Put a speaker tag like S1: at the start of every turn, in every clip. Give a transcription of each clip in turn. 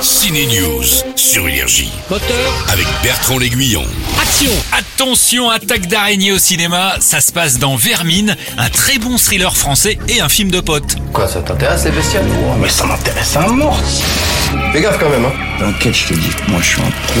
S1: Ciné News sur Énergie
S2: Moteur,
S1: avec Bertrand L'Aiguillon.
S2: action
S3: Attention, attaque d'araignée au cinéma, ça se passe dans Vermine, un très bon thriller français et un film de potes.
S4: Quoi, ça t'intéresse les bestioles
S5: Oh, mais ça m'intéresse un mort.
S4: Fais gaffe quand même, hein
S5: T'inquiète, je te dis, moi je suis un pro.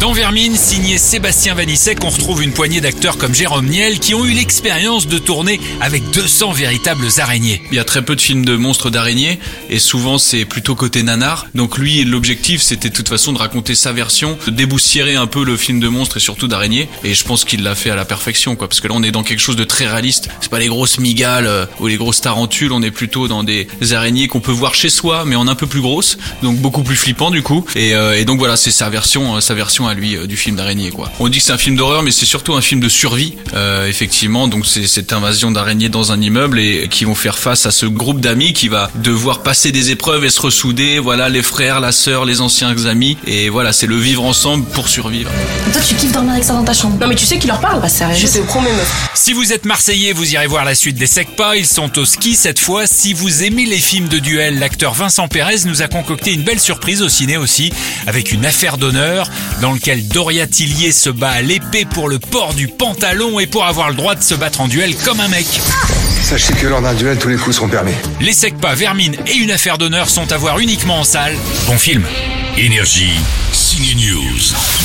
S3: Dans Vermine, signé Sébastien Vanissek, on retrouve une poignée d'acteurs comme Jérôme Niel qui ont eu l'expérience de tourner avec 200 véritables araignées.
S6: Il y a très peu de films de monstres d'araignées et souvent c'est plutôt côté nanar. Donc lui, l'objectif c'était de toute façon de raconter sa version, de déboussiérer un peu le film de monstres et surtout d'araignées. Et je pense qu'il l'a fait à la perfection quoi, parce que là on est dans quelque chose de très réaliste. C'est pas les grosses migales euh, ou les grosses tarentules, on est plutôt dans des araignées qu'on peut voir chez soi mais en un peu plus grosses, donc beaucoup plus flippant du coup. Et, euh, et donc voilà, c'est sa version, euh, sa version à lui euh, du film d'araignée quoi. On dit que c'est un film d'horreur mais c'est surtout un film de survie euh, effectivement. Donc c'est cette invasion d'araignées dans un immeuble et qui vont faire face à ce groupe d'amis qui va devoir passer des épreuves et se ressouder. Voilà les frères, la sœur, les anciens amis et voilà c'est le vivre ensemble pour survivre.
S7: Toi, tu kiffes dormir avec ça dans ta chambre. Non, mais tu sais qui leur parle Bah, sérieux. Je te promets, meuf.
S3: Si vous êtes marseillais, vous irez voir la suite des Secpa, ils sont au ski cette fois. Si vous aimez les films de duel, l'acteur Vincent Pérez nous a concocté une belle surprise au ciné aussi, avec une affaire d'honneur dans lequel Doria Tillier se bat à l'épée pour le port du pantalon et pour avoir le droit de se battre en duel comme un mec.
S8: Sachez que lors d'un duel, tous les coups seront permis.
S3: Les Secpa, Vermine et Une Affaire d'honneur sont à voir uniquement en salle. Bon film
S1: Énergie, Ciné News.